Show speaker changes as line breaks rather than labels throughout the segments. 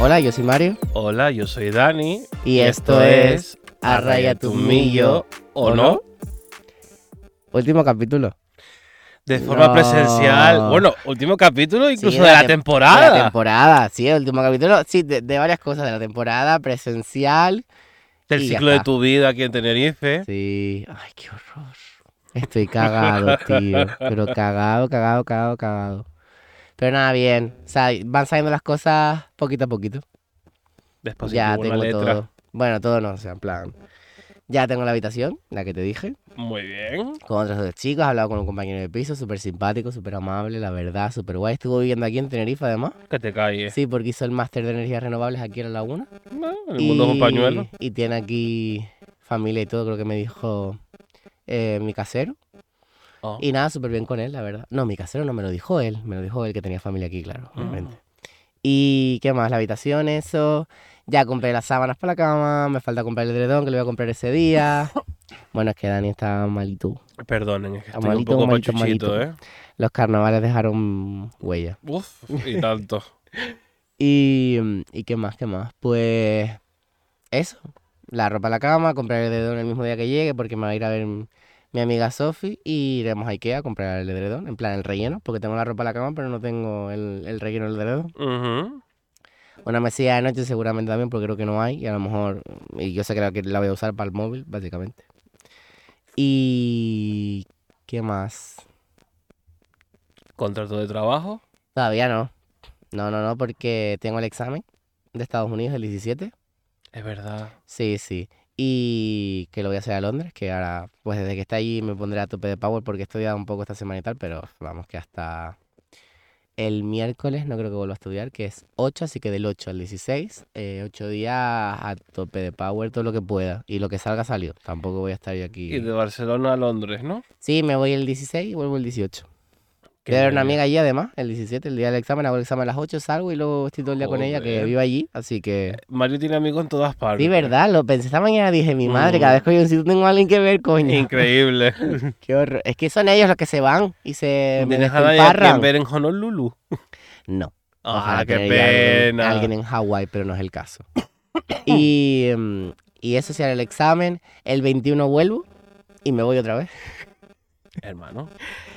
Hola, yo soy Mario.
Hola, yo soy Dani.
Y esto es Arraya tu millo, ¿o no? Último capítulo.
De forma
No.
presencial. Bueno, último capítulo incluso
Sí,
de la,
tem-
temporada.
De la temporada, sí, el último capítulo. Sí, de, de varias cosas de la temporada, presencial.
Del
y ya
ciclo de
está.
tu vida aquí en Tenerife.
Sí. Ay, qué horror. Estoy cagado, tío. Pero cagado, cagado, cagado, cagado. Pero nada, bien. O sea, van saliendo las cosas poquito a poquito.
Después
ya
escribo
tengo
una letra.
todo. Bueno, todo no, o sea, en plan. Ya tengo la habitación, la que te dije.
Muy bien.
con otros dos chicos, he hablado con un compañero de piso, súper simpático, súper amable, la verdad, súper guay. Estuvo viviendo aquí en Tenerife, además.
Que te calles.
Sí, porque hizo el máster de energías renovables aquí en la laguna.
No, el mundo es un pañuelo.
Y tiene aquí familia y todo, creo que me dijo eh, mi casero.
Ah.
Y nada, súper bien con él, la verdad. No, mi casero no me lo dijo él, me lo dijo él que tenía familia aquí,
Ah.
claro, obviamente. Y qué más, la habitación, eso. Ya compré las sábanas para la cama, me falta comprar el edredón que lo voy a comprar ese día. Bueno, es que Dani está malito.
Perdonen, es que estoy
Amalito,
un poco
amalito,
pachuchito, ¿eh?
Los carnavales dejaron huella.
Uf, y tanto.
Y, mm, ¿y qué más, qué más? Pues eso, la ropa a la cama, comprar el edredón el mismo día que llegue porque me va a ir a ver mi mi amiga Sofi y iremos a Ikea a comprar el edredón, en plan el relleno, porque tengo la ropa a la cama pero no tengo el, el relleno del edredón.
Ujú.
Una mesilla de noche seguramente también porque creo que no hay y a lo mejor, y yo sé que la, que la voy a usar para el móvil básicamente. Y... ¿qué más?
Contrato de trabajo.
Todavía no. No, no, no, porque tengo el examen de Estados Unidos el 17.
Es verdad.
Sí, sí. Y que lo voy a hacer a Londres, que ahora, pues desde que está allí me pondré a tope de power porque he estudiado un poco esta semana y tal, pero vamos que hasta el miércoles no creo que vuelva a estudiar, que es 8, así que del 8 al 16, 8 días a tope de power, todo lo que pueda. Y lo que salga salió. Tampoco voy a estar yo
Y
aquí.
de Barcelona a Londres, ¿no?
Sí, me voy el 16 y vuelvo el 18.
Qué
Voy a ver una
bien.
amiga allí además, el 17, el día del examen, hago el examen a las 8, salgo y luego estoy todo el día con ella que
Joder. Eh,
vive allí, así que...
Mario tiene amigos en todas partes.
Sí, verdad, lo pensé esta mañana, dije, mi madre,
Mm.
cada vez que voy a un sitio tengo a alguien que ver, coño.
Increíble.
Qué horror. Es que son ellos los que se van y se me
¿Tienes a nadie a quien
despilfarran.
ver en Honolulu?
No.
Ah, qué
tener ya alguien-
pena.
Alguien, en Hawái, pero no es el caso. y, mm, y eso será el examen. El 21 vuelvo y me voy otra vez.
Hermano.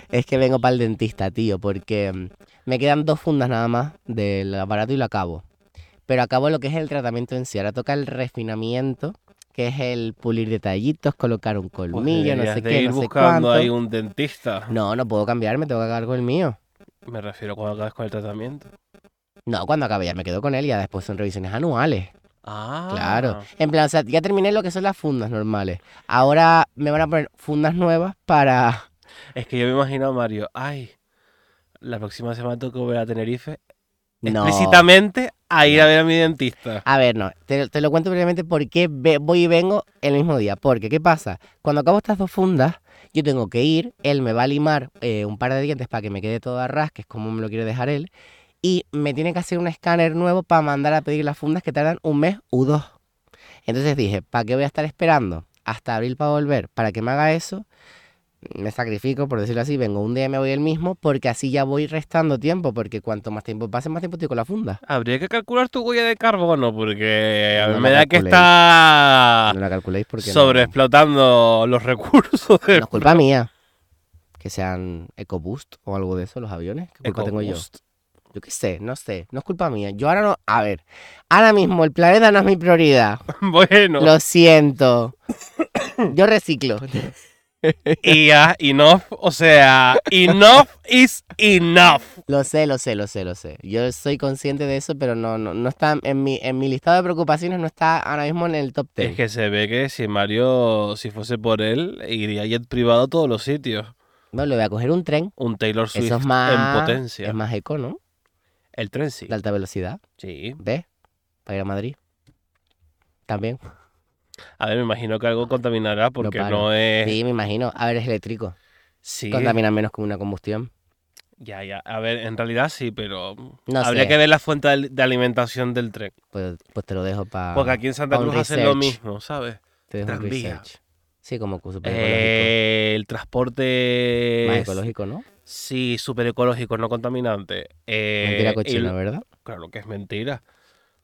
Es que vengo para el dentista, tío, porque mm, me quedan dos fundas nada más del aparato y lo acabo. Pero acabo lo que es el tratamiento en sí. Ahora toca el refinamiento, que es el pulir detallitos, colocar un
Pues
colmillo, no
deberías
sé
de
qué,
ir
no sé
buscando
cuánto.
ahí un dentista.
No, no puedo cambiarme, tengo que acabar con el mío.
Me refiero cuando acabas con el tratamiento.
No, cuando acabe ya me quedo con él y ya después son revisiones anuales.
Ah.
Claro. En plan, o sea, ya terminé lo que son las fundas normales. Ahora me van a poner fundas nuevas para...
Es que yo me imagino a Mario, ay, la próxima semana tengo que volver a Tenerife
No.
explícitamente a ir a ver a mi dentista.
A ver, no, te, te lo cuento brevemente por qué ve- voy y vengo el mismo día. Porque, ¿qué pasa? Cuando acabo estas dos fundas, yo tengo que ir, él me va a limar eh, un par de dientes para que me quede todo a ras, que es como me lo quiere dejar él, y me tiene que hacer un escáner nuevo para mandar a pedir las fundas que tardan un mes u dos. Entonces dije, ¿para qué voy a estar esperando hasta abril para volver? Para que me haga eso, me sacrifico, por decirlo así, vengo un día y me voy el mismo, porque así ya voy restando tiempo, porque cuanto más tiempo pase, más tiempo estoy con la funda.
Habría que calcular tu huella de carbono porque
No
a mí
la
me da que
calculé.
está
no la calculéis porque... no-
sobreexplotando los recursos. de-
No es culpa mía. Que sean EcoBoost o algo de eso, los aviones. ¿Qué culpa tengo yo?
EcoBoost.
Yo qué sé, no sé. No es culpa mía. Yo ahora no. A ver, ahora mismo el planeta no es mi prioridad.
Bueno,
Lo siento. Yo reciclo.
y ya, enough, o sea, enough is enough.
Lo sé, lo sé, lo sé, lo sé. Yo soy consciente de eso, pero no, no, no está en mi, en mi listado de preocupaciones, no está ahora mismo en el top 10.
Es que se ve que si Mario, si fuese por él, iría jet privado a todos los sitios.
No, le voy a coger un tren.
Un Taylor Swift
Eso es más.
en potencia.
Es más eco, ¿no?
El tren sí.
De alta velocidad.
Sí.
¿Ves? Para ir a Madrid. También.
A ver, me imagino que algo contaminará porque no,
para.
es.
Sí, me imagino. A ver, es eléctrico.
Sí.
contamina menos que una combustión.
Ya, ya. A ver, en realidad sí, pero.
No
habría
sé.
que ver la fuente de de alimentación del tren.
Pues, pues te lo dejo para.
Porque aquí en Santa
un
Cruz hacen lo
research.
mismo, ¿sabes?
te dejo un
tranvía.
research. Sí, como que súper ecológico.
Eh, el transporte.
Más
es-
ecológico, ¿no?
Sí, súper ecológico, no contaminante. Eh,
Mentira
y-
cochina, ¿verdad?
Claro que es mentira.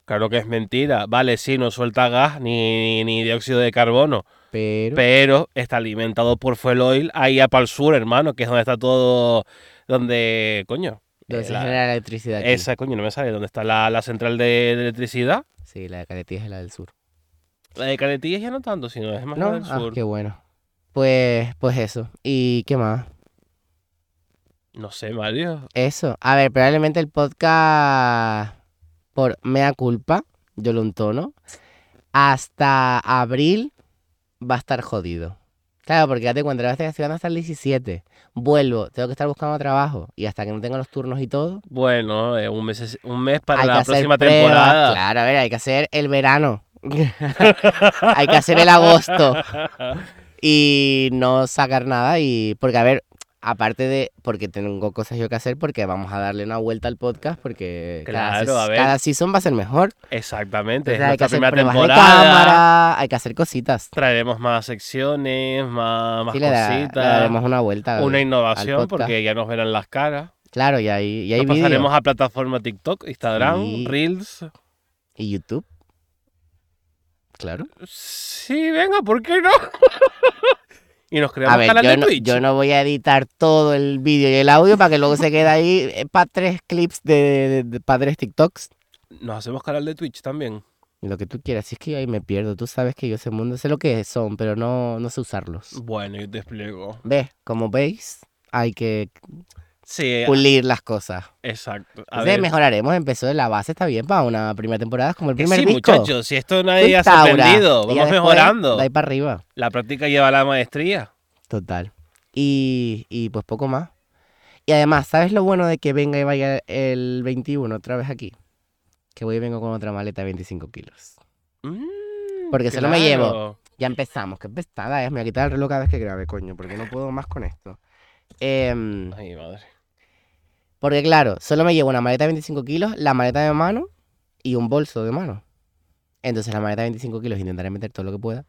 Claro que es mentira. Vale, sí, no suelta gas ni, ni, ni dióxido de carbono,
Pero,
pero está alimentado por fuel oil ahí a pal sur, hermano, que es donde está todo. Donde. Coño.
donde
eh,
se
la-
genera la electricidad aquí.
esa, coño, no me sale. ¿Dónde está la, la central de, de electricidad?
Sí, la de Caretías es la del sur.
La de Canetillas ya no tanto, sino es más la
No,
del
ah,
sur.
qué bueno. Pues, pues eso. ¿Y qué más?
No sé, Mario.
Eso. A ver, probablemente el podcast por mea culpa, yo lo entono, hasta abril va a estar jodido. Claro, porque ya te cuenta, ahora estoy estudiando hasta el 17. Vuelvo, tengo que estar buscando trabajo y hasta que no tenga los turnos y todo,
Bueno, eh, un, mes, un mes para
hay que
la
hacer
próxima
pruebas.
temporada.
Claro, a ver, hay que hacer el verano. hay que hacer el agosto. Y no sacar nada y... Porque, a ver, aparte de... Porque tengo cosas yo que hacer porque vamos a darle una vuelta al podcast porque cada,
Claro,
seas-
a ver.
cada season va a ser mejor.
Exactamente. es
Entonces hay que hacer
nuestra primera
pruebas de
temporada.
cámara, hay que hacer cositas.
Traeremos más secciones, más, más
Sí, le, da- le
cositas.
daremos una vuelta.
una innovación
podcast.
porque ya nos verán las caras.
Claro, y hay, y hay
Nos
vídeo.
pasaremos a plataforma TikTok, Instagram,
Sí.
Reels.
Y YouTube. Claro.
Sí, venga, ¿por qué no? y nos creamos
A ver,
canal
yo
de
no,
Twitch.
yo no voy a editar todo el vídeo y el audio para que luego se quede ahí para tres clips de, para tres TikToks.
Nos hacemos canal de Twitch también.
Lo que tú quieras, si es que yo ahí me pierdo. Tú sabes que yo ese mundo sé lo que son, pero no, no sé usarlos.
Bueno, yo te explico.
¿Ves? Como veis, hay que
Sí,
pulir las cosas.
exacto. A
Entonces
ver.
mejoraremos, empezó de la base, está bien para una primera temporada, es como el
Que
primer
sí,
disco.
muchachos, si esto
Tú
nadie ha
instauras,
sorprendido,
y ya
vamos
después
mejorando.
De ahí para arriba.
La práctica lleva a la maestría.
Total. Y, y pues poco más. Y además, ¿sabes lo bueno de que venga y vaya el 21 otra vez aquí? Que voy y vengo con otra maleta de 25 kilos.
Mm,
Porque solo me llevo.
claro.
Ya empezamos, qué pestada es. Me voy a quitar el reloj cada vez que grabe, coño, porque no puedo más con esto. Em,
Ay, madre.
porque claro, solo me llevo una maleta de 25 kilos, la maleta de mano y un bolso de mano. Entonces la maleta de 25 kilos intentaré meter todo lo que pueda.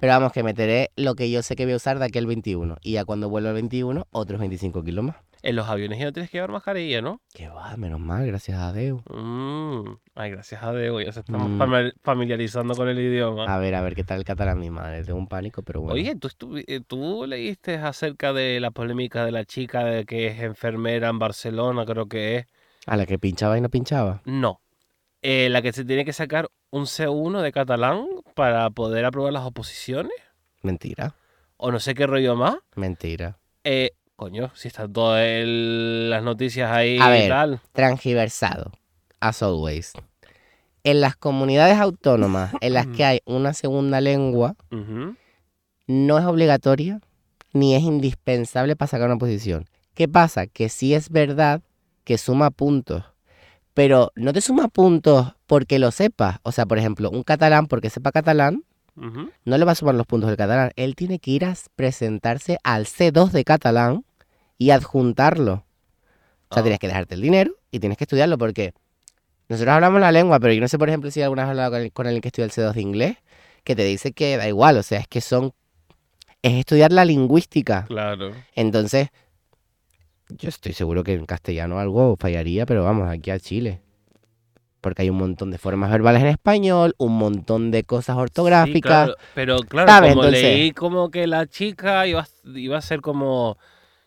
Pero vamos, que meteré lo que yo sé que voy a usar de aquí al 21. Y ya cuando vuelva al 21, otros 25 kilos más.
En los aviones ya no tienes que llevar mascarilla, ¿no?
Que va, menos mal, gracias a Dios.
Mm, Ay, gracias a Dios, ya se estamos
Mm.
fami- familiarizando con el idioma.
A ver, a ver qué tal el catalán, mi madre. Tengo un pánico, pero bueno.
Oye, ¿tú, estuvi- eh, ¿tú leíste acerca de la polémica de la chica de que es enfermera en Barcelona, creo que es?
A la que pinchaba y no pinchaba.
No. Eh, la que se tiene que sacar un C1 de catalán para poder aprobar las oposiciones,
Mentira,
o no sé qué rollo más.
mentira.
Eh, coño, si están todas el- las noticias ahí
A
y
ver.
tal.
Transgiversado, as always. En las comunidades autónomas en las que hay una segunda lengua,
Ujú.
no es obligatoria ni es indispensable para sacar una posición. ¿Qué pasa? Que sí es verdad que suma puntos, pero no te suma puntos porque lo sepas. O sea, por ejemplo, un catalán porque sepa catalán
Ujú.
no le va a sumar los puntos del catalán. Él tiene que ir a s- presentarse al C2 de catalán y adjuntarlo. O sea,
Ah.
tienes que dejarte el dinero y tienes que estudiarlo porque nosotros hablamos la lengua, pero yo no sé, por ejemplo, si alguna vez has hablado con el- con alguien que estudia el C2 de inglés, que te dice que da igual, o sea, es que son... Es estudiar la lingüística.
Claro.
Entonces, yo estoy seguro que en castellano algo fallaría, pero vamos, aquí a Chile. Porque hay un montón de formas verbales en español, un montón de cosas ortográficas.
Sí, claro, pero claro,
¿Sabes?
como
Entonces-
leí como que la chica iba, a- iba a ser como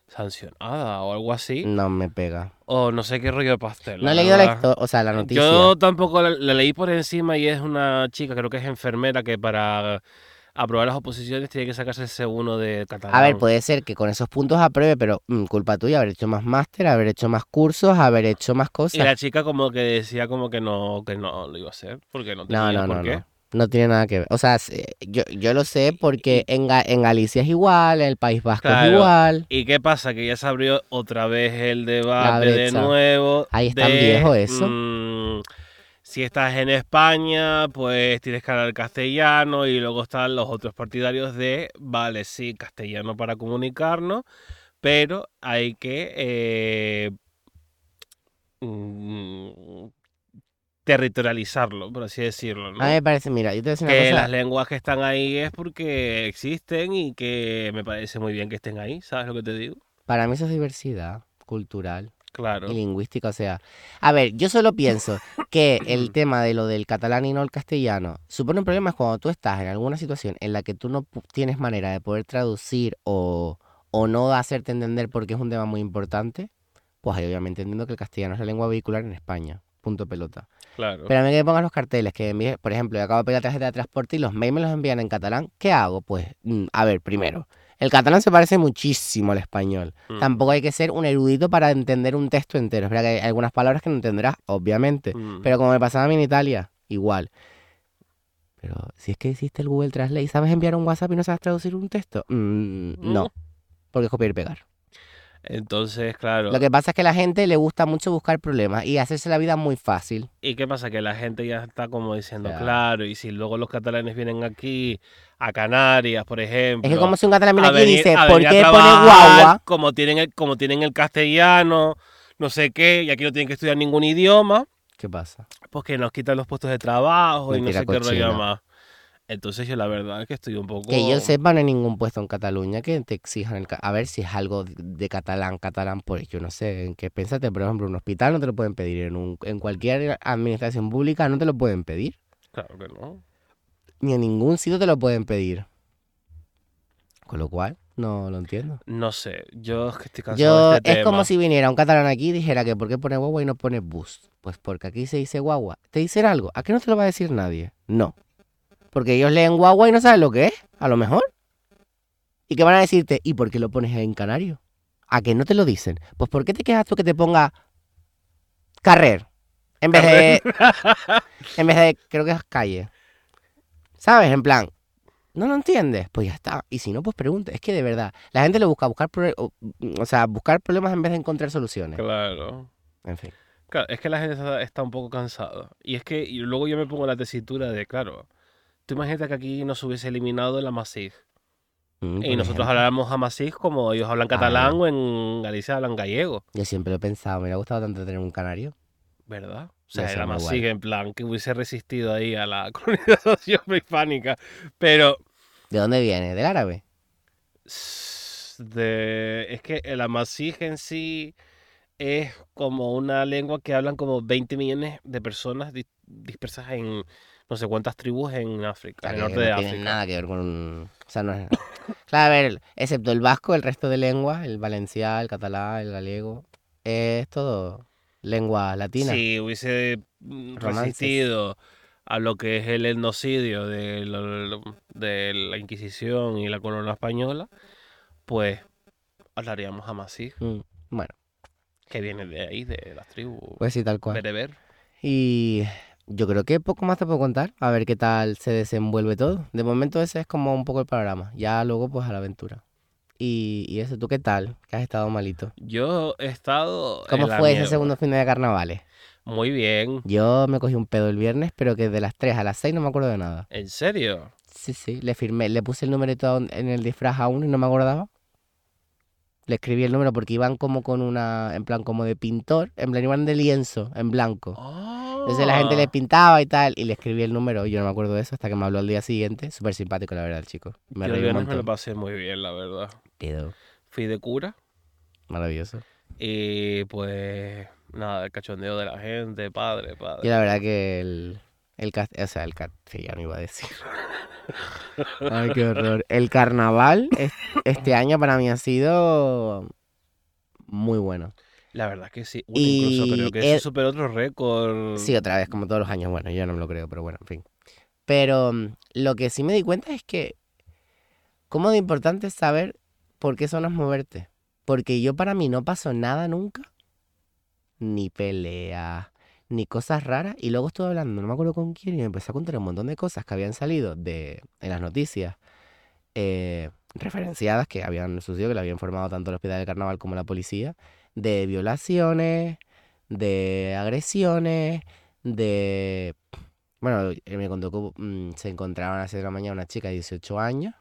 sancionada o algo así,
No me pega.
o no sé qué rollo de pastel.
Mm. No
la
he leído la
verdad.
historia, o sea, la noticia.
Yo tampoco la, la leí por encima y es una chica, creo que es enfermera, que para aprobar las oposiciones tiene que sacarse ese uno de catalán.
A ver, pues, puede ser que con esos puntos apruebe, pero mm, culpa tuya haber hecho más máster, haber hecho más cursos, haber hecho más
Y
cosas.
la chica como que decía como que no, que no lo iba a hacer, porque no
No,
tenía
no,
por
no,
qué.
no. No tiene nada que ver. O sea, se- yo, yo lo sé porque en, Ga- en Galicia es igual, en el País Vasco es
Claro.
igual.
¿Y qué pasa? Que ya se abrió otra vez el debate de
brecha.
nuevo.
Ahí está
de,
viejo eso.
mm, si estás en España, pues tienes que hablar castellano y luego están los otros partidarios de, vale, sí, castellano para comunicarnos, pero hay que... eh, mm, territorializarlo, por así decirlo. ¿no?
A mí me parece, mira, yo te voy a decir una
que
cosa.
las lenguas que están ahí es porque existen y que me parece muy bien que estén ahí, ¿sabes lo que te digo?
Para mí eso es diversidad cultural.
Claro.
y lingüística. O sea, a ver, yo solo pienso que el tema de lo del catalán y no el castellano supone un problema cuando tú estás en alguna situación en la que tú no pu- tienes manera de poder traducir o, o no hacerte entender porque es un tema muy importante. Pues ahí obviamente entiendo que el castellano es la lengua vehicular en España. Punto pelota.
Claro.
Pero a mí que me pongan los carteles, que me envíe- por ejemplo, yo acabo de pedir la tarjeta de transporte y los mails me los envían en catalán. ¿Qué hago? Pues, mm, a ver, primero, el catalán se parece muchísimo al español.
Mm,
Tampoco hay que ser un erudito para entender un texto entero. Es verdad que hay algunas palabras que no entenderás, obviamente.
mm.
Pero como me pasaba a mí en Italia, igual. Pero si es que hiciste el Google Translate, ¿sabes enviar un WhatsApp y no sabes traducir un texto? Mm, no, porque es copiar y pegar.
Entonces, claro.
Lo que pasa es que a la gente le gusta mucho buscar problemas y hacerse la vida muy fácil.
¿Y qué pasa? Que la gente ya está como diciendo,
Claro.
claro, y si luego los catalanes vienen aquí, a Canarias, por ejemplo.
Es que como si un catalán viene
a
aquí y
venir-
dice,
a
¿por
venir a
qué pone
trabajar,
guagua?
Como tienen, el, como tienen el castellano, no sé qué, y aquí no tienen que estudiar ningún idioma,
¿Qué pasa? porque
porque nos quitan los puestos de trabajo y no
Mentira
sé qué
cochina.
rollo más. Entonces yo la verdad es que estoy un poco...
Que yo sepa, no hay ningún puesto en Cataluña que te exijan el... ca- A ver si es algo de- de catalán, catalán, pues yo no sé en qué pensaste. Por ejemplo, en un hospital no te lo pueden pedir, en, un- en cualquier administración pública no te lo pueden pedir.
Claro que no.
Ni en ningún sitio te lo pueden pedir. Con lo cual, no lo entiendo.
No sé, yo es que estoy cansado
Yo,
de
es
este tema.
como si viniera un catalán aquí y dijera que por qué pone guagua y no pone bus. Pues porque aquí se dice guagua. ¿Te dicen algo? ¿A qué no te lo va a decir nadie? No. Porque ellos leen guagua y no saben lo que es, a lo mejor. ¿Y qué van a decirte? ¿Y por qué lo pones en canario? ¿A que no te lo dicen? Pues ¿por qué te quejas tú que te ponga carrer? En vez de... en vez de... Creo que es calle. ¿Sabes? En plan... ¿No lo entiendes? Pues ya está. Y si no, pues pregunta. Es que de verdad, la gente lo busca buscar, pro- o, o sea, buscar problemas en vez de encontrar soluciones.
Claro.
En fin.
Claro, es que la gente está, está un poco cansada. Y es que y luego yo me pongo la tesitura de, claro, tú imagínate que aquí nos hubiese eliminado el Amasig.
Mm,
Y
por
nosotros
ejemplo.
habláramos Amasig como ellos hablan
Ah.
catalán o en Galicia hablan gallego,
Yo siempre lo he pensado, me hubiera gustado tanto tener un canario.
¿verdad? O sea,
ser
el
muy
Amasig
guay.
en plan que hubiese resistido ahí a la colonización británica. Pero
¿De dónde viene? ¿Del árabe?
s- de- es que el Amasig en sí es como una lengua que hablan como 20 millones de personas dis- dispersas en no sé cuántas tribus en África, en el
O sea, que
norte de
no tiene
África.
nada que ver con un... O sea, no es... claro, a ver, excepto el vasco, el resto de lenguas, el valenciano, el catalán, el gallego, es todo lengua latina.
Si hubiese mm,
Romances.
resistido a lo que es el etnocidio de, lo- de la Inquisición y la corona española, pues hablaríamos amasí,
Mm, Bueno,
que viene de ahí, de las tribus
pues sí, tal cual.
bereber.
Y yo creo que poco más te puedo contar, a ver qué tal se desenvuelve todo. De momento ese es como un poco el panorama, ya luego pues a la aventura. Y, y eso, ¿tú qué tal? Que has estado malito.
Yo he estado. en
¿Cómo
la
fue ese
mierda.
segundo fin de carnavales?
Muy bien.
Yo me cogí un pedo el viernes, pero que de las 3 a las 6 no me acuerdo de nada.
¿En serio?
Sí, sí, le firmé, le puse el numerito a un- en el disfraz a uno y no me acordaba. Le escribí el número porque iban como con una, en plan como de pintor, en plan iban de lienzo, en blanco. Entonces la gente le
Ah,
pintaba y tal, y le escribí el número. y Yo no me acuerdo de eso hasta que me habló al día siguiente. Súper simpático, la verdad, el chico. Me
yo el
reí un
viernes me lo
montón.
pasé muy bien, la verdad.
Pedo.
Fui de cura
Maravilloso.
y pues nada, el cachondeo de la gente, padre, padre.
Yo la verdad que el... El cas- o sea, el castellano iba a decir. Ay, qué horror. El carnaval es- este año para mí ha sido muy bueno.
La verdad que sí. Bueno, incluso creo
Y
que eso
el-
superó otro récord.
Sí, otra vez, como todos los años. Bueno, yo no me lo creo, pero bueno, en fin. Pero mm, lo que sí me di cuenta es que cómo de importante es saber por qué zonas moverte. Porque yo para mí no pasó nada nunca. Ni peleas, ni cosas raras. Y luego estuve hablando, no me acuerdo con quién, y me empecé a contar un montón de cosas que habían salido de, en las noticias. eh, referenciadas que habían sucedido, que le habían informado tanto el Hospital del Carnaval como la policía. De violaciones, de agresiones, de... Bueno, él me contó que hubo, mm, se encontraban hace de la mañana una chica de 18 años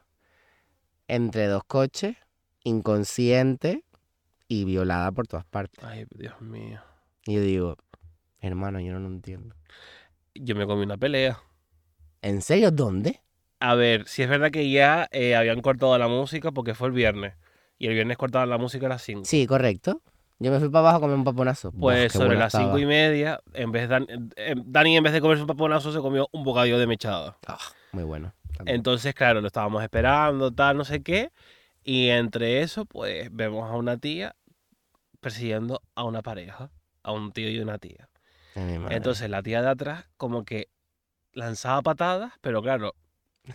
entre dos coches, inconsciente y violada por todas partes.
Ay, Dios mío.
Y yo digo, hermano, yo no lo entiendo.
Yo me comí una pelea.
¿En serio? ¿Dónde?
A ver, si es verdad que ya eh, habían cortado la música porque fue el viernes. Y el viernes cortaban la música a las 5.
Sí, correcto. Yo me fui para abajo a comer un paponazo. Buah,
Pues
qué
sobre
buena
las
estaba.
cinco y media, en vez de Dan- eh, Dani, en vez de comerse un paponazo, se comió un bocadillo de mechada.
Ah, muy bueno.
Entonces, claro, lo estábamos esperando, tal, no sé qué. Y entre eso, pues vemos a una tía persiguiendo a una pareja, a un tío y una tía.
Ay, mi madre.
Entonces la tía de atrás como que lanzaba patadas, pero claro,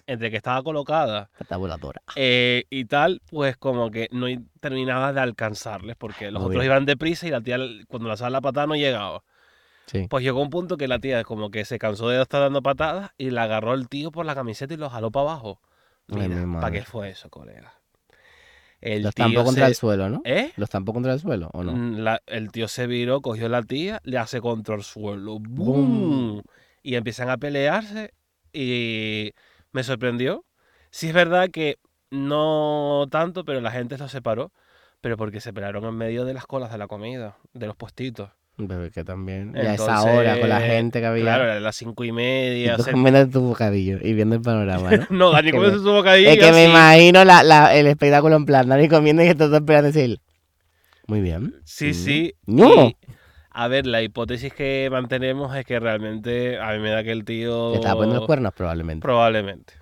entre que estaba colocada
Está voladora.
eh, y tal, pues como que no i- terminaba de alcanzarles, porque los
Muy
otros
bien.
iban deprisa y la tía cuando lanzaba la patada no llegaba.
Sí.
Pues llegó un punto que la tía como que se cansó de estar dando patadas y la agarró el tío por la camiseta y lo jaló para abajo.
Ay, mi
Mira, ¿para
madre.
qué fue eso, colega? El
Lo estampó contra
se-
el suelo, ¿no?
¿Eh?
Lo estampó contra el suelo, ¿o no?
Mm, la- el tío se viró, cogió a la tía, le hace contra el suelo.
Bum.
¡Bum! Y empiezan a pelearse. Y me sorprendió. Sí es verdad que no tanto, pero la gente los separó. Pero porque se pelearon en medio de las colas de la comida, de los postitos.
Pero Pues que también. ya a
Mm. Entonces,
esa hora, con la gente que había.
Claro, eran las cinco y
y
media.
tú
se-
comiendo tu bocadillo y viendo el panorama, ¿no?
No, Dani
que
comió
me-
su bocadillo.
es que me
sí.
imagino la, la- el espectáculo en plan, Dani comiendo y estos dos esperando decir. Muy bien.
Sí,
Mm.
sí.
No.
y, a ver, la hipótesis que mantenemos es que realmente a mí me da que el tío...
Le estaba poniendo los cuernos, probablemente.
Probablemente.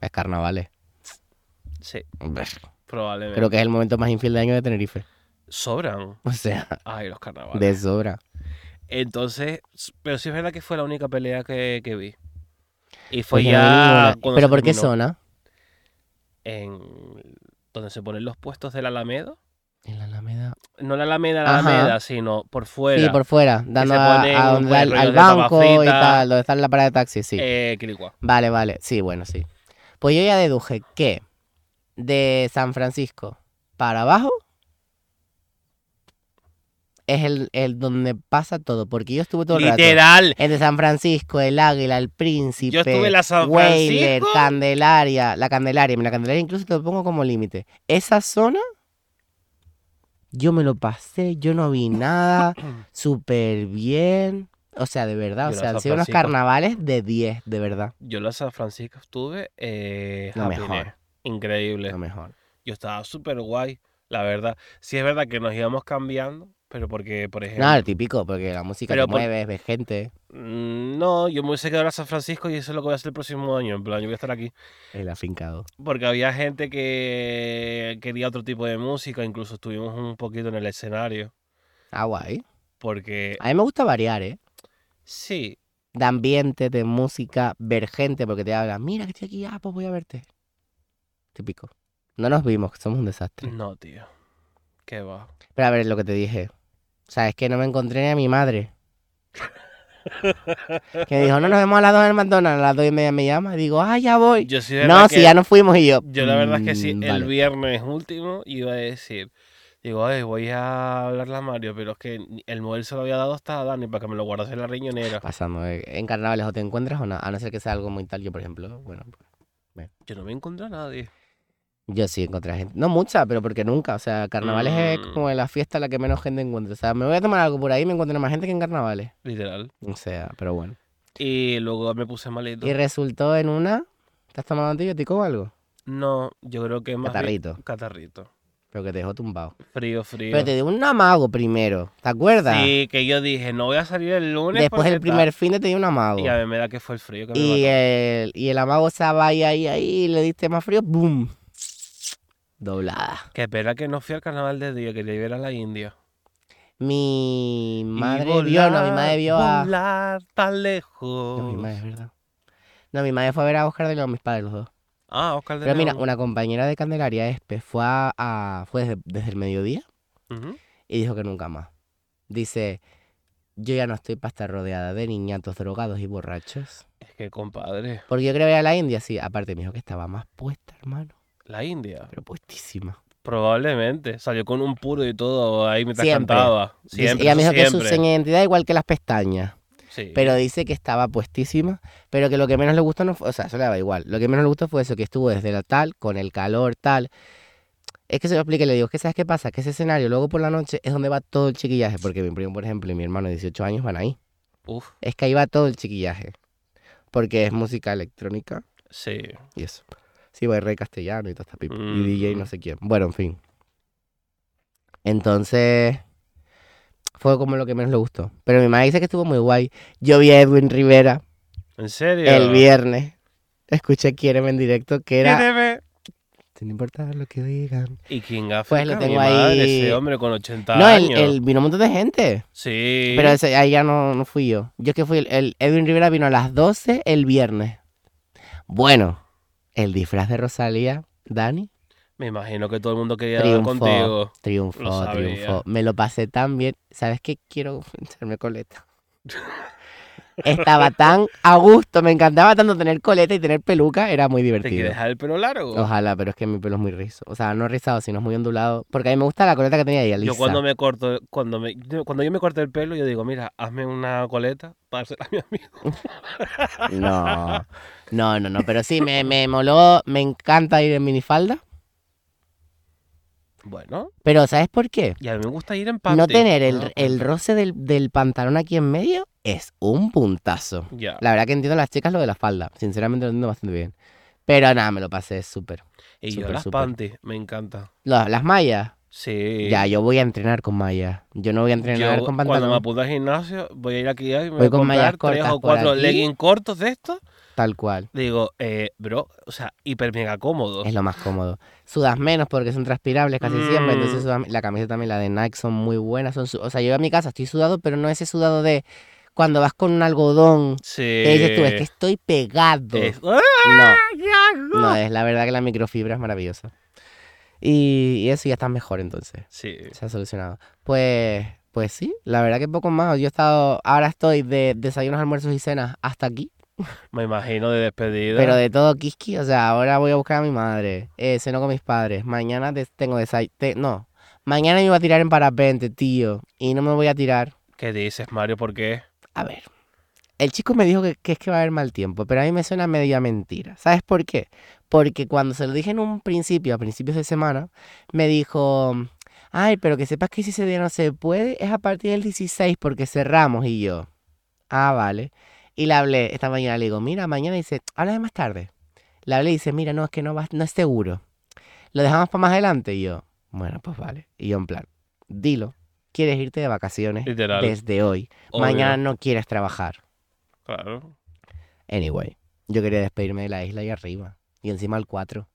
Es carnavales.
Sí,
Hombre,
probablemente.
Creo que es el momento más infiel de año de Tenerife.
Sobran.
O sea,
Ay, los carnavales.
de sobra.
Pues Entonces, s- pero sí es verdad que fue la única pelea que, que vi. Y fue
Pues yo no vi
ya.
ninguna.
cuando
¿Pero
se
por qué
terminó.
zona?
En donde se ponen los puestos de la Alameda.
En la Alameda.
No la Alameda, la
Ajá.
Alameda, sino por fuera.
Sí, por fuera, dando
se
a-
ponen,
a donde
pues,
da el- al
rollos de
banco y
papafita.
tal, donde está la parada de taxi, sí.
Eh, Quiriguá.
Vale, vale, sí, bueno, sí. Pues yo ya deduje que de San Francisco para abajo es el, el donde pasa todo, porque yo estuve todo el rato.
Literal.
Entre San Francisco, el Águila, el Príncipe,
estuve en la San
Weyler,
Francisco.
Candelaria, la Candelaria, la Candelaria incluso te lo pongo como límite. Esa zona, yo me lo pasé, yo no vi nada, súper bien. O sea, de verdad, o
Yo la
sea, han
San
sido unos
Francisco.
carnavales de 10, de verdad.
Yo en la San Francisco estuve. Eh,
Lo
happiness.
mejor.
Increíble.
Lo mejor.
Yo estaba súper guay, la verdad. Sí es verdad que nos íbamos cambiando, pero porque, por ejemplo.
Nada, típico, porque la música
Eh, Pero
te
por-
mueve, ves gente.
Mm, No, yo me hubiese quedado en San Francisco y eso es lo que voy a hacer el próximo año. En plan, yo voy a estar aquí.
El afincado.
Porque había gente que quería otro tipo de música, incluso estuvimos un poquito en el escenario.
Ah, guay.
Porque
A mí me gusta variar, ¿eh?
sí,
De ambiente, de música, ver gente, porque te hablan, mira que estoy aquí, ah, pues voy a verte. Típico. No nos vimos, que somos un desastre.
no, tío. Qué va.
Pero a ver lo que te dije. O sea, es que no me encontré ni a mi madre. Que me dijo, no nos vemos a las dos en el McDonald's, a las dos y media me llama. Y digo, ah, ya voy.
Yo sí, de verdad
No, si
que-
ya nos fuimos y yo.
Yo la verdad es que sí,
"Mm,
el
vale".
viernes último iba a decir, digo, ay, voy a hablarle a Mario, pero es que ni- el móvil se lo había dado hasta a Dani para que me lo guardase en la riñonera.
Pasando, eh, en carnavales o te encuentras o no, a no ser que sea algo muy tal. Yo, por ejemplo, bueno,
Yo no me encontré a nadie.
Yo sí encontré gente. No mucha, pero porque nunca. O sea, carnavales es
Mm.
como la fiesta en la que menos gente encuentro. O sea, me voy a tomar algo por ahí y me encuentro más gente que en carnavales.
Literal.
O sea, pero bueno.
Y luego me puse malito.
Y resultó en una. ¿Te has tomado antibiótico o algo?
No, yo creo que más bien-
Catarrito.
Catarrito.
Pero que te dejó tumbado.
Frío, frío.
Pero te dio un amago primero. ¿Te acuerdas?
Sí, que yo dije, no voy a salir el lunes.
Después
porque
el primer fin de te dio un amago.
tal. Y a mí me da que fue el frío que me
Y eh
mató.
el, y el amago estaba ahí, ahí, ahí. Y le diste más frío. ¡Bum! Doblada.
Qué pena que no fui al carnaval de día, que te a la India.
Mi
Y
madre vio, no, mi madre
volar,
vio a.
Volar tan lejos.
No, mi madre, es verdad. No, mi madre fue a ver a Oscar de León, mis padres los dos.
Ah, Oscar de
Pero mira,
León.
una compañera de Candelaria Espe fue, a, a- fue desde, desde el mediodía
Ujú.
y dijo que nunca más. Dice, yo ya no estoy para estar rodeada de niñatos drogados y borrachos.
Es que, compadre,
Porque yo creo que era la India, sí. Aparte me dijo que estaba más puesta, hermano.
la India.
Pero puestísima.
Probablemente. Salió con un puro y todo ahí mientras
Siempre.
cantaba.
Dice-
Siempre,
ella me dijo
eso
que su
siempre.
seña de identidad igual que las pestañas.
Sí.
Pero dice que estaba puestísima, pero que lo que menos le gustó no fue, o sea, eso le daba igual. Lo que menos le gustó fue eso, que estuvo desde la tal, con el calor, tal. Es que se lo expliqué, le digo, que sabes qué pasa, que ese escenario luego por la noche es donde va todo el chiquillaje, porque mi primo, por ejemplo, y mi hermano de 18 años van ahí.
Uf,
Es que ahí va todo el chiquillaje, porque es música electrónica
sí.
y eso. Sí, va el rey castellano y toda esta pipa, y DJ no
Mm.
sé quién. Bueno, en fin. Entonces, fue como lo que menos le gustó. Pero mi madre dice que estuvo muy guay. Yo vi a Edwin Rivera
¿En serio?
el viernes. Escuché Quiereme en directo, que era...
Quiereme.
Sin importar lo que digan.
¿Y quién África?
Pues lo
Mi
tengo
madre,
ahí.
ese hombre con 80
No, el,
años.
el- vino un montón de gente.
Sí.
Pero ese, ahí ya no, no fui yo. Yo es que fui... El, el Edwin Rivera vino a las 12 el viernes. Bueno, el disfraz de Rosalía, Dani,
Me imagino que todo el mundo quería hablar
triunfó.
contigo.
Triunfó,
Lo sabía.
triunfó. Me lo pasé tan bien. ¿Sabes qué? Quiero echarme coleta. Estaba tan a gusto, me encantaba tanto tener coleta y tener peluca, era muy
¿Te
divertido.
quieres dejar el pelo largo?
Ojalá, pero es que mi pelo es muy rizo. O sea, no rizado, sino es muy ondulado. Porque a mí me gusta la coleta que tenía ella, lisa.
Yo cuando me corto, cuando me, yo- cuando yo me corto el pelo, yo digo, mira, hazme una coleta para hacer a mi amigo.
No, no, no, no. Pero sí, me, me moló, me encanta ir en minifalda.
Bueno,
Pero ¿sabes por qué?
y a mí me gusta ir en panty.
no tener el,
Ah,
el roce del, del pantalón aquí en medio es un puntazo.
Ya.
La verdad que entiendo a las chicas lo de la falda. Sinceramente lo entiendo bastante bien. Pero nada, me lo pasé súper.
Y yo
súper,
las
súper.
panties, me encanta.
Lo- Las mallas.
Sí.
Ya, yo voy a entrenar con mallas. Yo no voy a entrenar
Yo,
con
cuando me
pantalón.
apunto al gimnasio, voy a ir aquí y me voy
Voy
a
con mallas
comprar tres
cortas
o
por
cuatro
aquí.
leggings cortos de estos.
Tal cual.
Digo, eh, bro, o sea, hiper mega cómodo.
Es lo más cómodo. Sudas menos porque son transpirables casi siempre. Entonces
Mm.
sudas- la camiseta también, la de Nike, son muy buenas. Son su- o sea, yo a mi casa estoy sudado, pero no ese sudado de cuando vas con un algodón.
Sí.
Que dices tú, es que estoy pegado.
Eh, Es- ¡Ah!
No.
Ya, no.
No, es la verdad que la microfibra es maravillosa. Y, y eso ya está mejor entonces.
Sí.
Se ha solucionado. Pues, pues sí, la verdad que poco más. Yo he estado, ahora estoy de desayunos, almuerzos y cenas hasta aquí.
Me imagino de despedida.
Pero de todo Kiski, o sea, ahora voy a buscar a mi madre. Eh, ceno con mis padres. Mañana des- tengo desayuno. no. Mañana me iba a tirar en parapente, tío. Y no me voy a tirar.
¿Qué dices, Mario? ¿Por qué?
A ver. El chico me dijo que, que es que va a haber mal tiempo, pero a mí me suena media mentira. ¿Sabes por qué? Porque cuando se lo dije en un principio, a principios de semana, me dijo, ay, pero que sepas que si ese día no se puede, es a partir del 16 porque cerramos y yo. Ah, vale. Y le hablé esta mañana, le digo, mira, mañana dice, háblame más tarde. Le hablé y dice, mira, no, es que no, vas, no es seguro. Lo dejamos para más adelante y yo, bueno, pues vale. Y yo en plan, dilo, quieres irte de vacaciones
Literal.
desde hoy.
Obvio.
Mañana no quieres trabajar.
Claro.
Anyway, yo quería despedirme de la isla y arriba. Y encima al 4.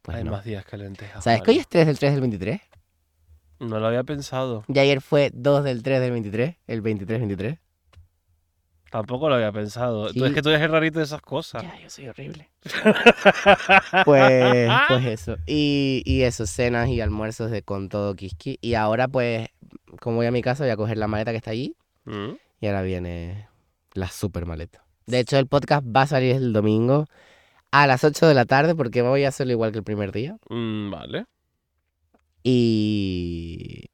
Pues
Hay
no.
más días que lentejas.
¿Sabes que hoy
Mario.
es 3 del 3 del 23?
No lo había pensado.
Y ayer fue 2 del 3 del 23. El 23-23.
Tampoco lo había pensado. Tú, es
Sí.
que tú eres el rarito de esas cosas.
Ya, yo soy horrible. Pues, pues eso. Y, y eso, cenas y almuerzos de con todo Kiski. Y ahora pues, como voy a mi casa, voy a coger la maleta que está allí.
Mm.
Y ahora viene la super maleta. De hecho, el podcast va a salir el domingo a las 8 de la tarde porque voy a hacerlo igual que el primer día.
Mm, vale.
Y.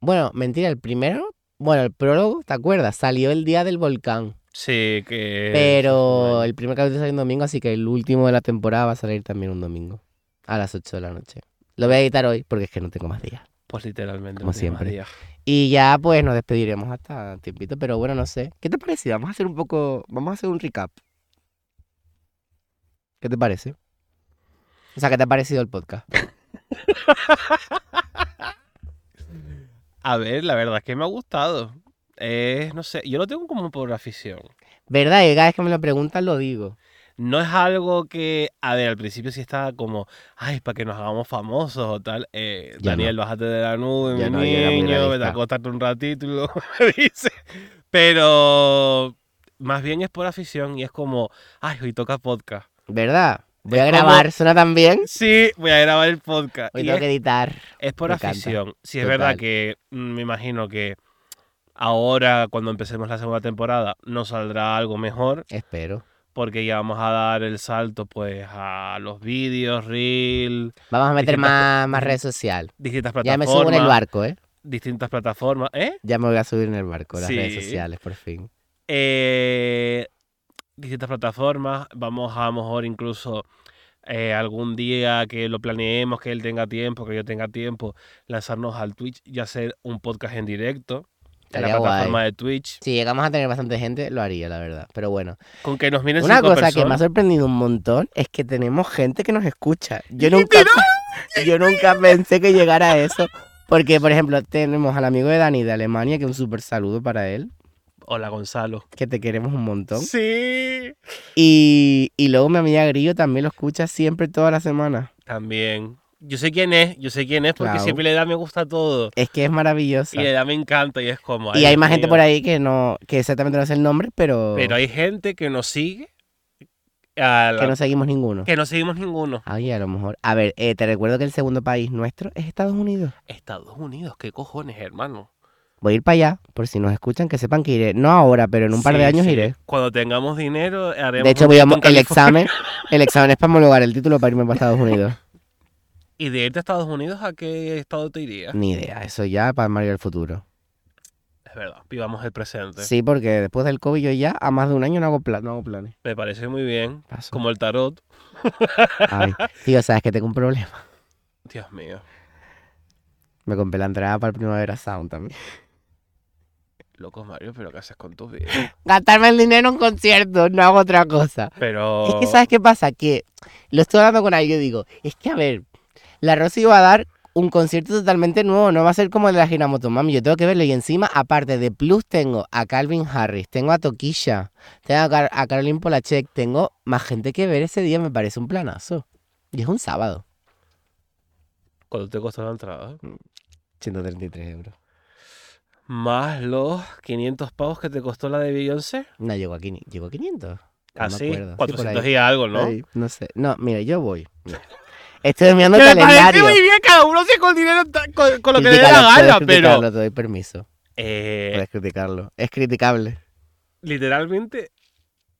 Bueno, mentira, el primero. Bueno, el prólogo, ¿te acuerdas? Salió el día del volcán.
Sí, que.
Pero
Bueno.
el primer capítulo salió un domingo, así que el último de la temporada va a salir también un domingo. A las 8 de la noche. Lo voy a editar hoy porque es que no tengo más días.
Pues literalmente.
Como
no tiene más
siempre.
días.
Y ya pues nos despediremos hasta tiempito, pero bueno, no sé. ¿Qué te parece? Vamos a hacer un poco. Vamos a hacer un recap. ¿Qué te parece? O sea, ¿qué te ha parecido el podcast?
A ver, la verdad es que me ha gustado. Es, no sé, yo lo tengo como por afición.
¿Verdad? Y cada vez que me lo preguntan lo digo.
No es algo que, a ver, al principio sí estaba como, ay, para que nos hagamos famosos o tal. eh,
Ya
Daniel, bájate de la nube,
Ya
mi
no, yo era muy
niño, vete a
realista.
acostarte un ratito y luego me dice. Pero más bien es por afición y es como, ay, hoy toca podcast.
¿Verdad? Voy a
Es como-
grabar, suena tan bien.
Sí, voy a grabar el podcast.
Hoy
Y
tengo
es-
que editar.
Es por
Me encanta.
afición. Sí, es
Total.
verdad que mm, me imagino que ahora, cuando empecemos la segunda temporada, nos saldrá algo mejor,
Espero.
porque ya vamos a dar el salto pues a los vídeos, reel,
Vamos a meter
Distintas
más, más
distin-
red social.
distintas
Ya me
plataformas.
subo en el barco, ¿eh?
Distintas plataformas. ¿Eh?
Ya me voy a subir en el barco, las redes
Sí.
sociales, por fin.
Eh, distintas plataformas. Vamos a, a lo mejor incluso eh, algún día que lo planeemos, que él tenga tiempo, que yo tenga tiempo, lanzarnos al Twitch y hacer un podcast en directo. En
Estaría
la plataforma de Twitch.
Si llegamos a tener bastante gente, lo haría, la verdad. Pero bueno.
Con que nos miren
Una
cinco
cosa que me ha
personas.
sorprendido un montón es que tenemos gente que nos escucha. Yo nunca, yo nunca pensé que llegara a eso. Porque, por ejemplo, tenemos al amigo de Dani de Alemania, que un súper saludo para él,
Hola, Gonzalo.
que te queremos un montón.
Sí.
Y, y luego mi amiga Grillo también lo escucha siempre toda la semana.
También. Yo sé quién es, yo sé quién es, porque
Clau.
siempre le da me gusta a todo.
Es que es maravillosa.
Y le da me encanta y es como.
Y hay más gente por ahí que no, que exactamente no sé el nombre, pero,
Pero hay gente que nos sigue. a la-
que no seguimos ninguno.
que no seguimos ninguno.
Ay, a lo mejor. A ver, eh, te recuerdo que el segundo país nuestro es Estados Unidos.
Estados Unidos, qué cojones, hermano.
Voy a ir para allá, por si nos escuchan, que sepan que iré. No ahora, pero en un par de
Sí,
años
sí.
iré.
Cuando tengamos dinero, haremos.
De hecho,
un
voy a,
viaje en
el
California.
examen, el examen es para homologar el título para irme para Estados Unidos.
¿Y de irte a Estados Unidos a qué estado te irías?
Ni idea, eso ya para Mario el futuro.
Es verdad, vivamos el presente.
Sí, porque después del COVID yo ya a más de un año no hago, pla- no hago planes.
Me parece muy bien.
Paso.
Como el tarot.
Ay, tío, sabes que tengo un problema.
Dios mío,
Me compré la entrada para el Primavera Sound también.
loco Mario, pero ¿qué haces con tus vidas?
Gastarme el dinero en conciertos, no hago otra cosa.
Pero.
Es que, ¿sabes qué pasa? Que lo estoy hablando con alguien y digo, es que, a ver, la Rosy va a dar un concierto totalmente nuevo, no va a ser como el de la gira Motomami, yo tengo que verlo. Y encima, aparte de Plus, tengo a Calvin Harris, tengo a Toquilla, tengo a, Car- a Caroline Polachek, tengo más gente que ver ese día, me parece un planazo. Y es un sábado,
¿Cuánto te costó la entrada?
133 euros.
Más los 500 pavos que te costó la de Beyoncé.
No, llegó a, quini- llegó a 500. No me
Así,
acuerdo. Sí, por
400
ahí.
Ah, y algo, ¿no?
Ay, no sé. No, mira, yo voy. Mira. Estoy mirando el
Que me parece
calendario.
muy bien, cada uno hace con dinero ta- con, con lo que le dé
Critícalo,
la
puedes
gana, pero.
criticarlo, Te doy permiso.
Eh,
Puedes criticarlo. Es criticable.
literalmente